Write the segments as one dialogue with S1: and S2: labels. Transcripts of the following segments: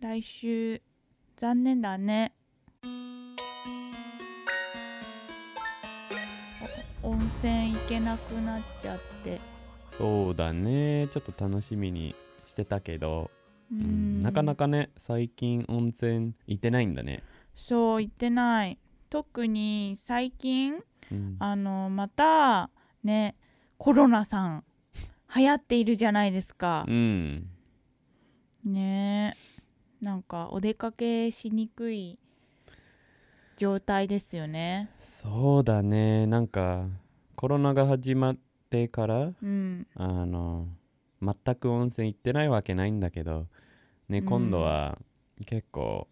S1: 来週残念だねお温泉行けなくなっちゃって
S2: そうだねちょっと楽しみにしてたけど、
S1: う
S2: うん、なかなかね最近温泉行ってないんだね、
S1: そう行ってない特に最近
S2: うん、
S1: あのまたねコロナさん流行っているじゃないですか
S2: う、ん
S1: ねえなんかお出かけしにくい状態ですよね
S2: そうだねなんかコロナが始まってから
S1: うん
S2: あの全く温泉行ってないわけないんだけどね
S1: うん
S2: 今度は結構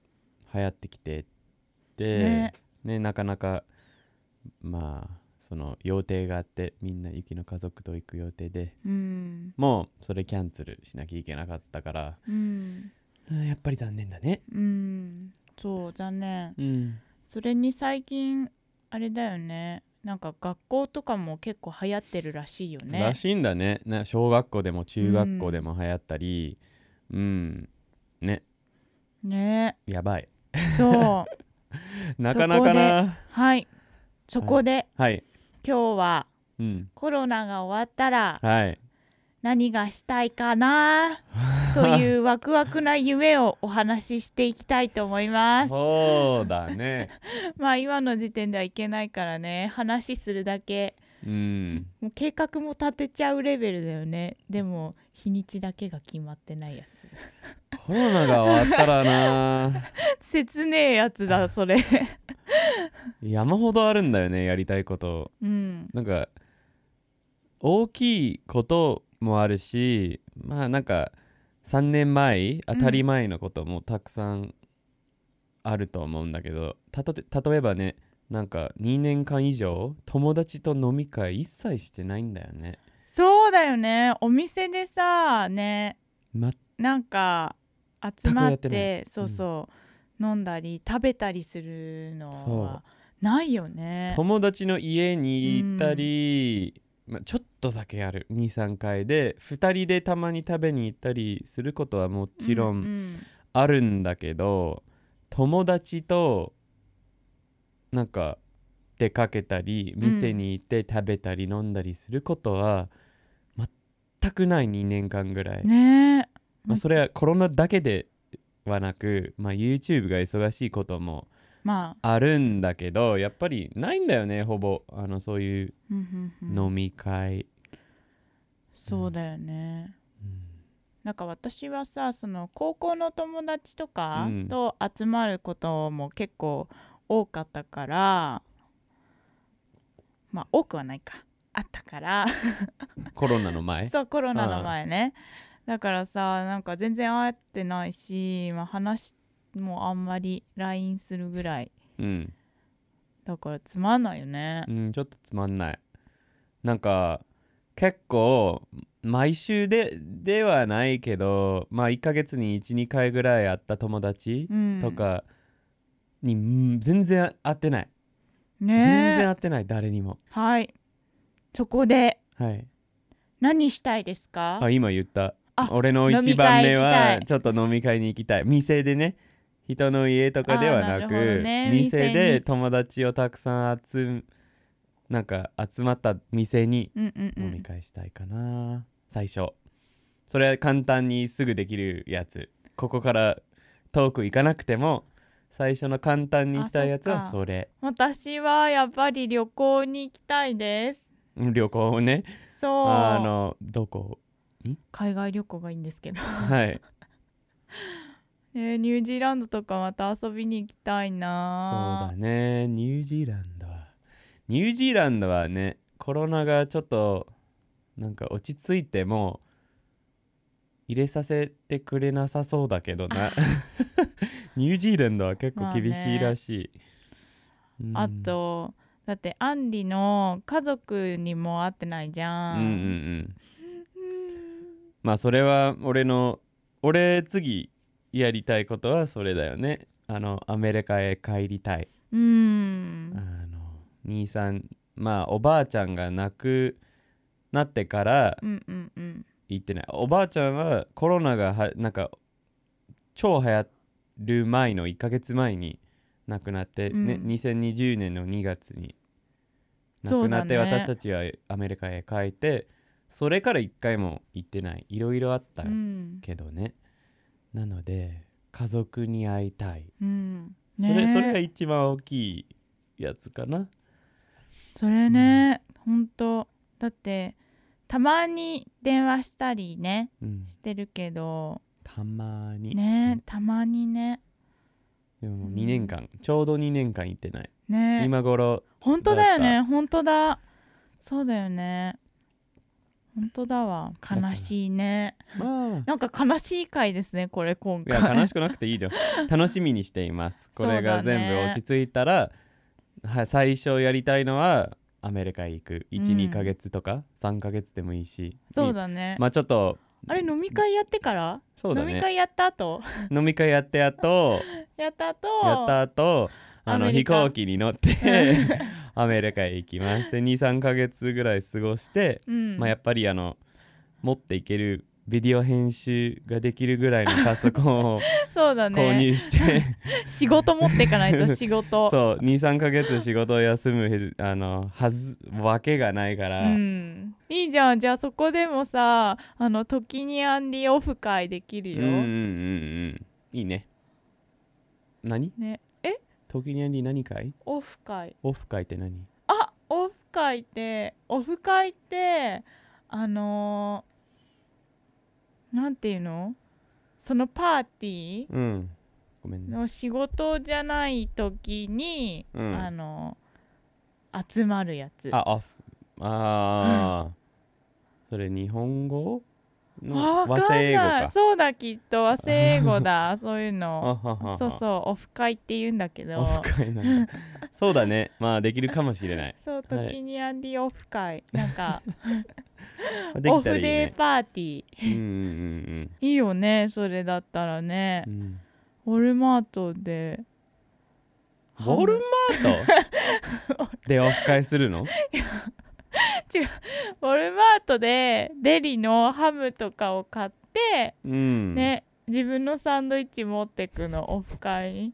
S2: 流行ってきてて、
S1: ね
S2: ねなかなかまあその予定があってみんな雪の家族と行く予定で
S1: うん
S2: もうそれキャンセルしなきゃいけなかったから
S1: うん
S2: うんやっぱり残念だね
S1: うんそう残念
S2: うん
S1: それに最近あれだよねなんか学校とかも結構流行ってるらしいよね
S2: らしいんだねね小学校でも中学校でも流行ったりうん、ね
S1: ね
S2: やばい
S1: そう
S2: なかなかな
S1: はいそこで、
S2: はい
S1: 今日は
S2: うん
S1: コロナが終わったら
S2: はい
S1: 何がしたいかなというワクワクな夢をお話ししていきたいと思います。
S2: そうだね。
S1: まあ今の時点ではいけないからね話するだけ
S2: うん。
S1: もう計画も立てちゃうレベルだよねでも日にちだけが決まってないやつ
S2: コロナが終わったらな、
S1: 切ねえやつだそれ
S2: 山ほどあるんだよね、やりたいこと。
S1: うん
S2: なんか、大きいこともあるし、まあなんか、3年前、当たり前のこともたくさんあると思うんだけど、たとて例えばね、なんか2年間以上友達と飲み会一切してないんだよね。
S1: そうだよねお店でさね
S2: ま、
S1: なんか集まっ
S2: 全く
S1: て
S2: やって
S1: そうそう、飲んだり食べたりするのは
S2: そ
S1: ないよね。
S2: 友達の家に行ったり、まあ、ちょっとだけある23回で2人でたまに食べに行ったりすることはもちろ
S1: うんん
S2: あるんだけど、友達となんか出かけたり
S1: うん
S2: 店に行って食べたり飲んだりすることは全くない2年間ぐらい、
S1: うんねえ
S2: まあ、それはコロナだけではなく、まあ、YouTube が忙しいことも
S1: まあ、
S2: あるんだけどやっぱりないんだよねほぼあのそういう
S1: うんうんうん
S2: 飲み会、
S1: そうだよね。
S2: うん
S1: なんか私はさその高校の友達とか
S2: うん
S1: と集まることも結構多かったから、まあ多くはないかあったから
S2: コロナの前
S1: そうコロナの前ねだからさなんか全然会ってないし、まあ、話もあんまり LINE するぐらい
S2: うん、
S1: だからつまんないよね
S2: うん、ちょっとつまんないなんか結構毎週でではないけどまあ1ヶ月に12回ぐらい会った友達
S1: うん
S2: とかに、うん全然会ってない、全然
S1: ねえ
S2: 会ってない誰にも
S1: はいそこで
S2: はい
S1: 何したいですか、
S2: あ今言った
S1: あ
S2: 俺の
S1: 飲み
S2: 一番
S1: 会行
S2: 目
S1: き
S2: は
S1: たい
S2: ちょっと飲み会に行きたい店でね人の家とかではな
S1: あーな
S2: く
S1: るほどね
S2: 店
S1: 店に
S2: で友達をたくさん集むなんか集まった店に
S1: うんうんう
S2: 飲み
S1: ん
S2: 会したいかな、最初それは簡単にすぐできるやつここから遠く行かなくても最初の簡単にしたいやつ
S1: あそっ
S2: は
S1: か
S2: それ
S1: 私はやっぱり旅行に行きたいです
S2: うん旅行をね
S1: そう
S2: あのどこ
S1: 海外旅行がいいんですけど、
S2: はい
S1: ねニュージーランドとかまた遊びに行きたい
S2: そう
S1: な
S2: だねニュージーランドはニュージーランドはねコロナがちょっとなんか落ち着いても入れさせてくれなさそうだけどな ニュージーランドは結構厳しいらしい、
S1: あ
S2: うん
S1: とだってアンリの家族にも会ってないじ
S2: う
S1: ゃ
S2: んうんうん
S1: うん
S2: まあそれは俺の俺次やりたいことはそれだよねあのアメリカへ帰りたい
S1: うん
S2: あの兄さんまあおばあちゃんが亡くなってから
S1: うんうんうん
S2: 行ってないおばあちゃんはコロナがはなんか超流行っる前の1ヶ月前に亡くなって、ね
S1: うん
S2: 2020年の2月に亡
S1: そ
S2: く
S1: う
S2: な
S1: だ
S2: って、
S1: ね
S2: 私たちはアメリカへ帰ってそれから1回も行ってないいろいろあった
S1: うん
S2: けどね、なので家族に会いたい、
S1: うん
S2: そ
S1: ね
S2: れそれが一番大きいやつかな
S1: それね、本当だってたまに電話したりね
S2: うん
S1: してるけど
S2: たまに、
S1: ねたまにね
S2: でも2年間ちょうど2年間行ってない
S1: ね
S2: 今頃
S1: 本当だよね本当だそうだよね本当だわ悲しいね
S2: まあ
S1: なんか悲しい回ですねこれ今
S2: い
S1: 回
S2: や悲しくなくていいじ ゃん楽しみにしていますこれが
S1: そうだ
S2: 全
S1: ね
S2: 部落ち着いたら、は最初やりたいのはアメリカへ行く
S1: うん
S2: 12、ヶ月とか3ヶ月でもいいし
S1: そう
S2: い
S1: だね、
S2: まあちょっと
S1: あれ飲み会やってから、
S2: そうだ
S1: 飲み
S2: ね
S1: 会やった後
S2: 飲み会やってあと
S1: やった後
S2: やった後あ
S1: ア
S2: の
S1: メリ
S2: 飛
S1: カ
S2: 行機に乗って アメリカへ行きまして23ヶ月ぐらい過ごして、
S1: うん
S2: まあやっぱりあの持っていけるビデオ編集ができるぐらいのパソコンを
S1: そうだ
S2: 購
S1: ね
S2: 入して
S1: 仕事持ってかない と仕事
S2: そう23ヶ月仕事を休むへあのはずわけがないから、
S1: うん、いいじゃんじゃあそこでもさあの時にアンディオフ会でき
S2: う
S1: る
S2: ん
S1: よ、
S2: うんうんうんいいね何
S1: ねえ
S2: 時にアンディ何会
S1: オフ会
S2: オフ会って何
S1: あオフ会ってオフ会ってあのーなんていうのそのパーティー
S2: うんごめんね
S1: の仕事じゃない時に、
S2: うん
S1: あの集まるやつ
S2: あオフあーそれ日本語
S1: あ
S2: の
S1: わ
S2: 和
S1: かん
S2: 製英語
S1: ない
S2: か
S1: そうだきっと和製英語だそういう
S2: あ
S1: の
S2: ははは
S1: そうそうオフ会って言うんだけど
S2: オフ会な んだそうだねまあできるかもしれない
S1: そう
S2: はい
S1: 時にアンディオフ会なん か
S2: で
S1: オ
S2: きたら
S1: フ
S2: いい
S1: デー
S2: ね
S1: パーティー
S2: うんうん
S1: いいよねそれだったらね
S2: うんうん
S1: ウォルマートで
S2: ウォルマ ートでオフ会するの
S1: ウォルマートでデリのハムとかを買って、
S2: うん、
S1: ね自分のサンドイッチ持ってくのオフ会 に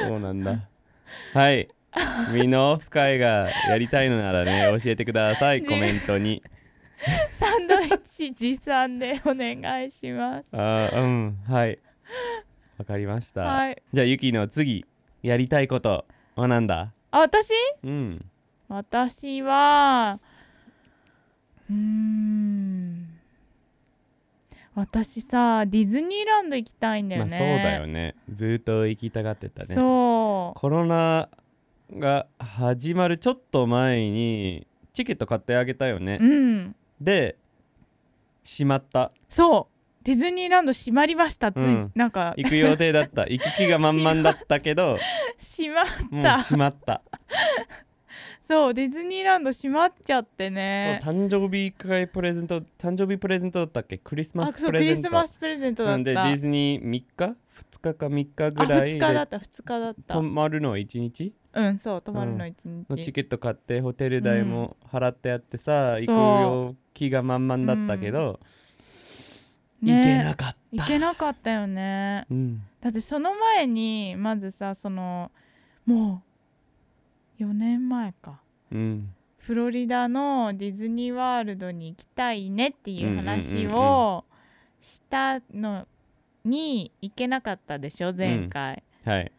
S2: そうなんだ。はい。みんなオフ会がやりたいのなら ね、教えてください、
S1: ね
S2: コメントに。
S1: サンドイッチ持参でお願いします
S2: あーうん、はい。わかりました。
S1: はい
S2: じゃあ、ゆきの次、やりたいことはなんだ
S1: あ私
S2: うん。
S1: 私はうーん私さディズニーランド行きたいんだ
S2: ま
S1: よ
S2: あ、そう
S1: ね、
S2: だよね。ずーっと行きたがってたね。
S1: そ
S2: コロナが始まるちょっと前に、チケット買ってあげたよね
S1: う。うん
S2: で、しまった。
S1: そうディズニーランド閉まりましたつい、
S2: うん
S1: なんか
S2: 行く予定 だった。行く気が満々だったけど、
S1: 閉ま
S2: もう
S1: た
S2: しまった。
S1: そうディズニーランド閉まっちゃってね
S2: そう誕生日会プレゼント誕生日プレゼントだったっけクリスマ
S1: あ
S2: ス
S1: そう
S2: プ
S1: ク
S2: レ
S1: リ
S2: ゼン
S1: ス
S2: ト
S1: マスプレゼントだっ
S2: なんでデ
S1: た
S2: ィズニー3日2日か3日
S1: あ
S2: ぐら
S1: 2
S2: い
S1: 日
S2: で
S1: だった2日だった
S2: 泊まるの1日
S1: うんそう泊まるの1日、
S2: のチケット買ってホテル代も払ってやってさ、
S1: そう
S2: 行くよ気が満々だったけど、行けな
S1: ね
S2: かっ
S1: 行
S2: た、
S1: けなかったよね
S2: うん、
S1: だってその前にまずさそのもう4年前か
S2: うん、
S1: フロリダのディズニーワールドに行きたいねっていう話
S2: うんうんうん
S1: をしたのに行けなかったでしょ前回、
S2: はい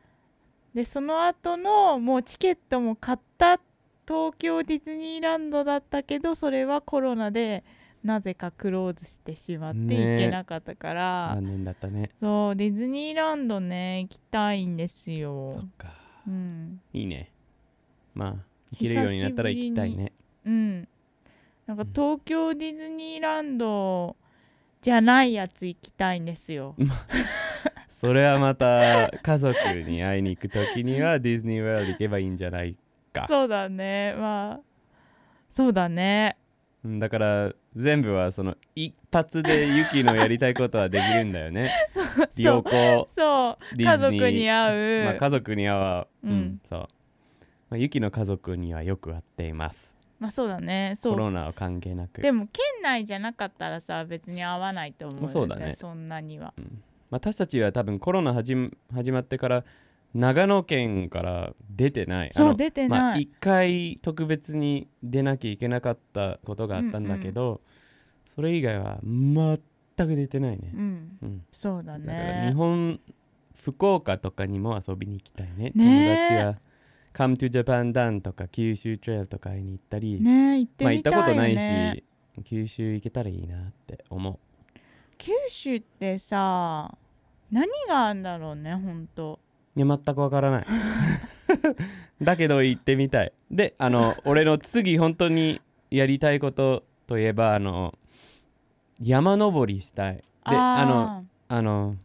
S1: でその後のもうチケットも買った東京ディズニーランドだったけどそれはコロナでなぜかクローズしてしまって
S2: ね
S1: 行けなかったから、
S2: 残念だったね
S1: そうディズニーランドね行きたいんですよ
S2: そっか
S1: うん、
S2: いいねまあ行けるようになったら行きたいね
S1: うん、なん
S2: う
S1: か
S2: ん
S1: 東京ディズニーランドじゃないやつ行きたいんですよ。
S2: それはまた家族に会いに行く時にはディズニーワールド行けばいいんじゃないか
S1: そうだねまあそうだね
S2: うんだから全部はその一発でユキのやりたいことはできるんだよ ね旅行
S1: そう
S2: デ
S1: 家
S2: ィズ
S1: 族
S2: ニー
S1: に会う、
S2: まあ、家族にはうん、
S1: うん
S2: そう、まあ、ユキの家族にはよく会っています
S1: まあそうだねそ
S2: コ
S1: う
S2: ロナは関係なく
S1: でも県内じゃなかったらさ別に会わないと思うよ
S2: そうだね
S1: そんなには
S2: まあ、私たちは多分コロナ始ま始まってから長野県から出てないあ
S1: そう
S2: の
S1: 出て
S2: ま
S1: な
S2: あ、
S1: い、
S2: 1回特別に出なきゃいけなかったことがあったんだけど、それ以外は全く出てないね
S1: う、ん
S2: うん
S1: そうだ
S2: だから日
S1: ね
S2: 本福岡とかにも遊びに行きたいね
S1: ねえ
S2: 友達は「Come to Japan Dan」とか九州トレイルとか会いに行ったり、
S1: ね行って
S2: まあ行
S1: み
S2: ったた
S1: いよ、ね
S2: ことないし九州行けたらいいなって思う
S1: 九州ってさ何があるんだろうねほんと
S2: いや全くわからない だけど行ってみたいであの俺の次本当にやりたいことといえばあの山登りしたいであの
S1: ー
S2: あの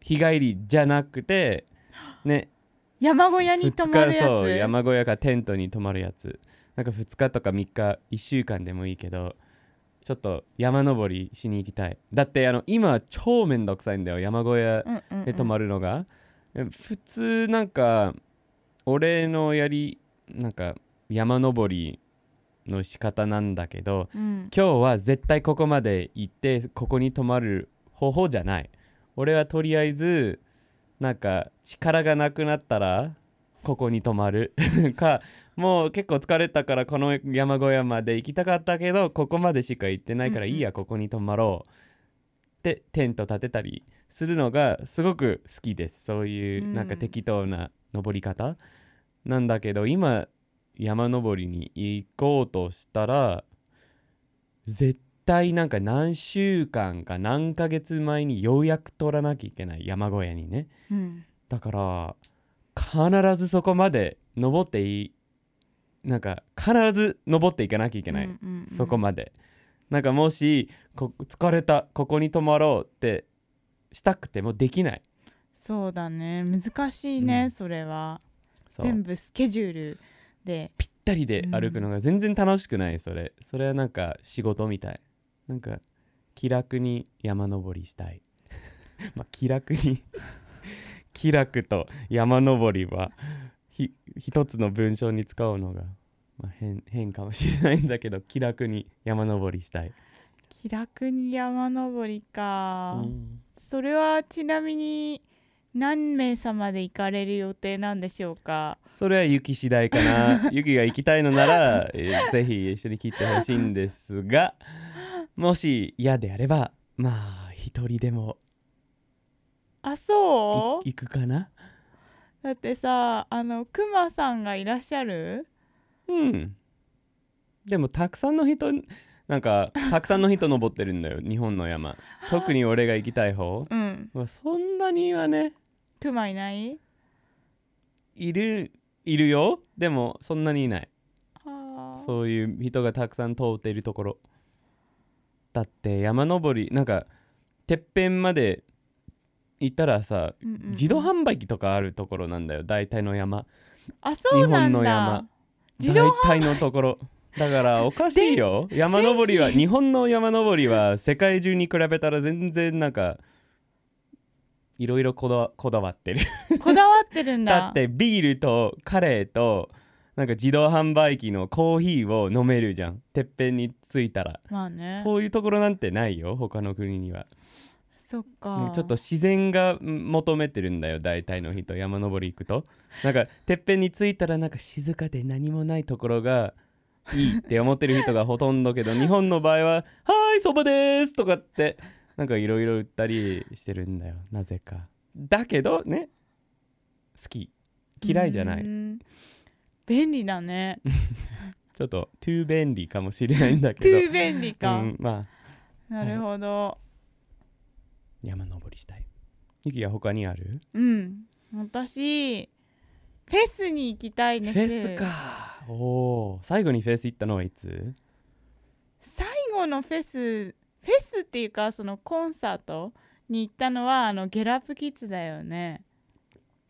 S2: 日帰りじゃなくてね
S1: 山小屋に泊まるやつ
S2: そう山小屋かテントに泊まるやつなんか2日とか3日1週間でもいいけどちょっと山登りしに行きたいだってあの今超めんどくさいんだよ山小屋
S1: うんうんうん
S2: で泊まるのが、え普通なんか俺のやりなんか山登りの仕方なんだけど
S1: うん
S2: 今日は絶対ここまで行ってここに泊まる方法じゃない俺はとりあえずなんか力がなくなったらここに泊まる かもう結構疲れたからこの山小屋まで行きたかったけどここまでしか行ってないから
S1: うんうん
S2: いいやここに泊まろうってテント立てたりするのがすごく好きですそういううんなんか適当な登り方なんだけど今山登りに行こうとしたら絶対なんか何週間か何ヶ月前にようやく取らなきゃいけない山小屋にね
S1: うん
S2: だから必ずそこまで登っていいなんか必ず登っていかなきゃいけない、
S1: うんうんうん
S2: そこまでなんかもしこ疲れたここに泊まろうってしたくてもできない
S1: そうだね難しいね、
S2: うん
S1: それは
S2: そう
S1: 全部スケジュールで
S2: ぴったりで歩くのが全然楽しくないそれそれはなんか仕事みたいなんか気楽に山登りしたい まあ気楽に 気楽と山登りはひ一つの文章に使うのが、まあ、変変かもしれないんだけど気楽に山登りしたい、
S1: 気楽に山登り
S2: う
S1: か、
S2: ん
S1: それはちなみに何名様で行かれる予定なんでしょうか
S2: それは雪次第かな 雪が行きたいのなら、えーぜひ一緒に来てほしいんですがもし嫌であればまあ一人でも
S1: あそう
S2: い行くかな
S1: だってさあのクマさんがいらっしゃる
S2: うんでもたくさんの人なんかたくさんの人登ってるんだよ日本の山特に俺が行きたい方
S1: うん
S2: まあそんなにはね
S1: クマいない
S2: いるいるよでもそんなにいない
S1: あー
S2: そういう人がたくさん通っているところだって山登りなんかてっぺんまで行ったらさ
S1: うんうんうん
S2: 自動販売機とかあるところなんだよ大体の山
S1: あそうなんだ
S2: 日本の山
S1: 自動販
S2: 大体のところだからおかしいよ山登りは日本の山登りは世界中に比べたら全然なんかいろいろこだわこだわってる
S1: こだわってるんだ
S2: だってビールとカレーとなんか自動販売機のコーヒーを飲めるじゃんてっぺんに着いたら、
S1: まあねそ
S2: そういうところなんてないよ他の国には
S1: っか
S2: ちょっと自然がん求めてるんだよ大体の人山登り行くとなんかてっぺんに着いたらなんか静かで何もないところがいいって思ってる人がほとん どけど日本の場合は「はーいそばです」とかってなんかいろいろ売ったりしてるんだよなぜかだけどね好き嫌いじゃな
S1: う
S2: い
S1: ん便利だね
S2: ちょっとトゥー便利かもしれないんだ
S1: ト
S2: けど
S1: ゥー便利か、
S2: うん、まあ
S1: なるほど
S2: 山登りしたいゆきは他にある
S1: うん私フェスに行きたい
S2: フ
S1: ね
S2: ェスかおお最後にフェス行ったのはいつ
S1: 最後のフェスフェスっていうかそのコンサートに行ったのはあのゲラップキッズだよね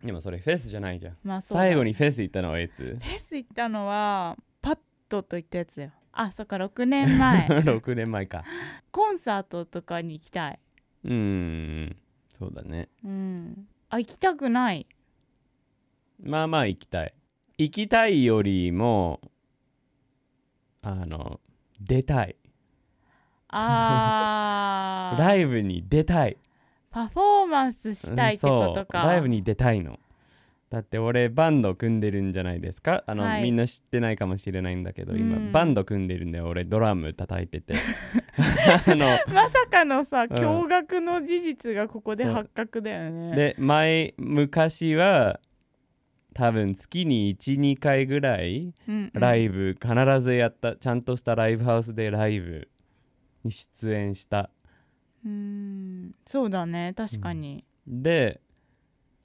S2: でもそれフェスじゃないじゃん。
S1: まあそうだ
S2: 最後にフェス行ったのはいつ
S1: フェス行ったのはパッドと行ったやつだよあそっか6年 前
S2: ?6 年前か。
S1: コンサートとかに行きたいう
S2: ーん、そうだね。
S1: うんあ行きたくない
S2: まあまあ行きたい。行きたいよりも、あの、出たい。
S1: あー
S2: ライブに出たい。
S1: パフォーマンスしたいってことか、
S2: うんそうライブに出たいのだって俺バンド組んでるんじゃないですかあの、
S1: はい
S2: みんな知ってないかもしれないんだけど今、
S1: うん
S2: バンド組んでるんで俺ドラム叩いて てあの
S1: まさかのさ
S2: ん
S1: 驚愕の事実がここで発覚だよね
S2: で前昔は多分月に12回ぐらい
S1: うんうん
S2: ライブ必ずやった、ちゃんとしたライブハウスでライブに出演した
S1: うんそうだね確かに、
S2: で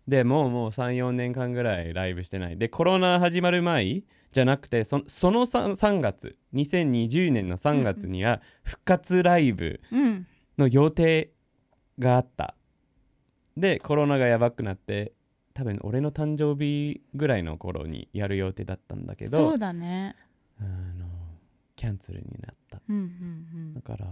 S2: でもうもう34年間ぐらいライブしてないでコロナ始まる前じゃなくてそその 3, 3月2020年の3月には復活ライブ
S1: うん、
S2: の予定があったでコロナがやばくなって多分俺の誕生日ぐらいの頃にやる予定だったんだけ
S1: そ
S2: ど
S1: うだね
S2: あのキャンセルになった
S1: うん
S2: だから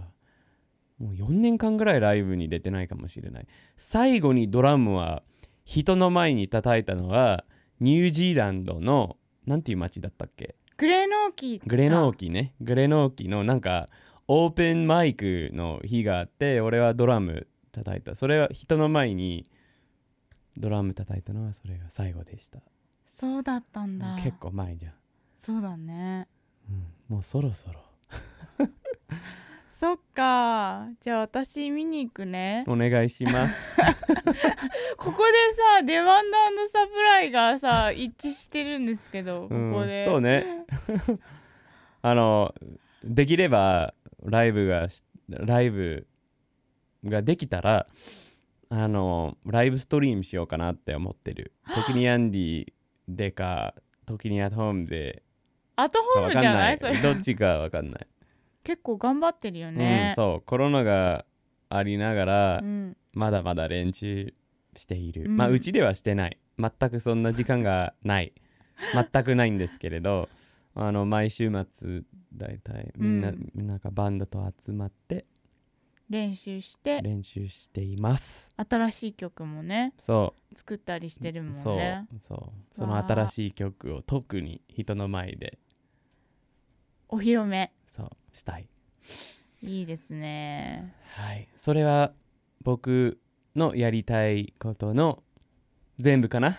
S2: もう4年間ぐらいライブに出てないかもしれない最後にドラムは人の前に叩いたのはニュージーランドのなんていう町だったっけ
S1: グレノーキ
S2: グレノ
S1: ー
S2: ーキねグレノーキのなんかオープンマイクの日があって俺はドラム叩いたそれは人の前にドラム叩いたのはそれが最後でした
S1: そうだったんだ
S2: 結構前じゃん、
S1: そうだね
S2: うんもうそろそろ
S1: そっかじゃあ私見に行くね
S2: お願いします
S1: ここでさデマンドサプライがさ 一致してるんですけどこ
S2: うん
S1: こで、
S2: そうね あのできればライブがしライブができたらあのライブストリームしようかなって思っ てる時にアンディでか時にアットホームで
S1: アット
S2: か
S1: ホー
S2: わ
S1: ム
S2: かん
S1: じゃな
S2: ないい
S1: それ
S2: どっちかわかんない、
S1: 結構頑張ってるよね、
S2: うん、そうコロナがありながら、
S1: うん
S2: まだまだ練習している、
S1: うん
S2: まあうちではしてない全くそんな時間がない全くないんですけれどあの毎週末だいたいみんな、
S1: うん
S2: なんかバンドと集まって
S1: 練習して
S2: 練習しています
S1: 新しい曲もね
S2: そ
S1: 作ったりし
S2: う
S1: てるもん
S2: そう
S1: ね
S2: そうその
S1: わあ
S2: 新しい曲を特に人の前で
S1: お披露目
S2: そうしたい
S1: いいですね
S2: はいそれは僕のやりたいことの全部かな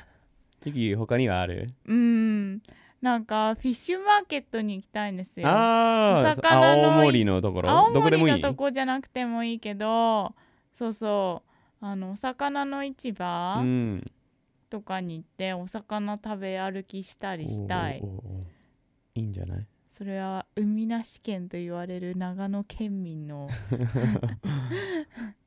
S2: ユキ他にはある
S1: うんなんかフィッシュマーケットに行きたいんですよ
S2: あ
S1: お
S2: ー
S1: 魚の
S2: 青森のところ
S1: 青
S2: どこ
S1: 森
S2: でもい
S1: の
S2: い
S1: とこじゃなくてもいいけどそうそうあのお魚の市
S2: う
S1: 場
S2: ん、
S1: とかに行ってお魚食べ歩きしたりしたい
S2: おうおうおういいんじゃない
S1: それは海なし県と言われる長野県民の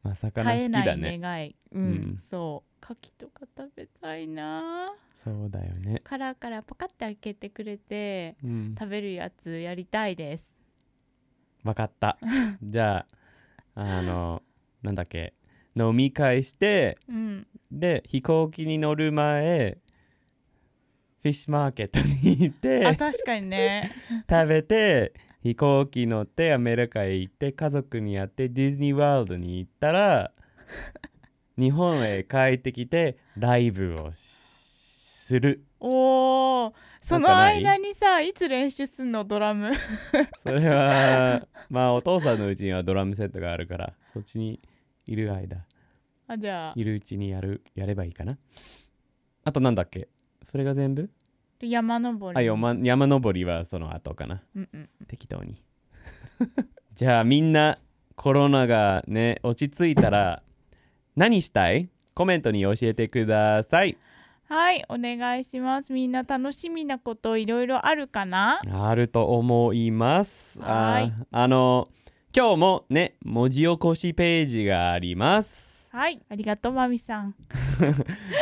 S2: まあ魚
S1: 絶え
S2: 好き
S1: な
S2: だ
S1: い
S2: ね
S1: 願い、うん
S2: うん
S1: そう牡蠣とか食べたいな
S2: そうだよね、
S1: 殻からパカって開けてくれて
S2: うん、
S1: 食べるやつやりたいです
S2: わかった じゃああのなんだっけ飲み会して
S1: うん
S2: で飛行機に乗る前フィッシュマーケットに行って
S1: あ確かに ね
S2: 食べて飛行機乗ってアメリカへ行って家族に会ってディズニーワールドに行ったら日本へ帰ってきてライブをしする
S1: おーその
S2: なんかない
S1: 間にさいつ練習すんのドラム
S2: それはまあお父さんのうちにはドラムセットがあるからそっちにいる間
S1: あじゃあ
S2: いるうちにやるやればいいかなあとなんだっけそれが全部
S1: 山登り
S2: あ山山登りはその後かな
S1: うんうん
S2: 適当に じゃあみんなコロナがね落ち着いたら何したいコメントに教えてください
S1: はいお願いしますみんな楽しみなこといろいろあるかな
S2: あると思います
S1: はーい
S2: ああの今日もね文字起こしページがあります
S1: はいありがとうまみさん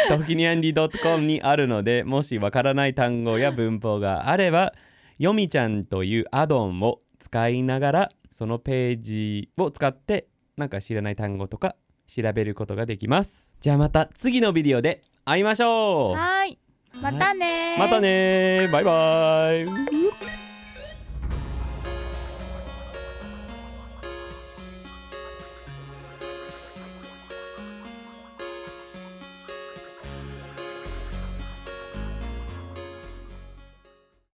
S2: 時にアンディ .com にあるのでもしわからない単語や文法があればよみちゃんというアドオンを使いながらそのページを使ってなんか知らない単語とか調べることができますじゃあまた次のビデオで会いましょう
S1: はいまたねー
S2: またねバイバイ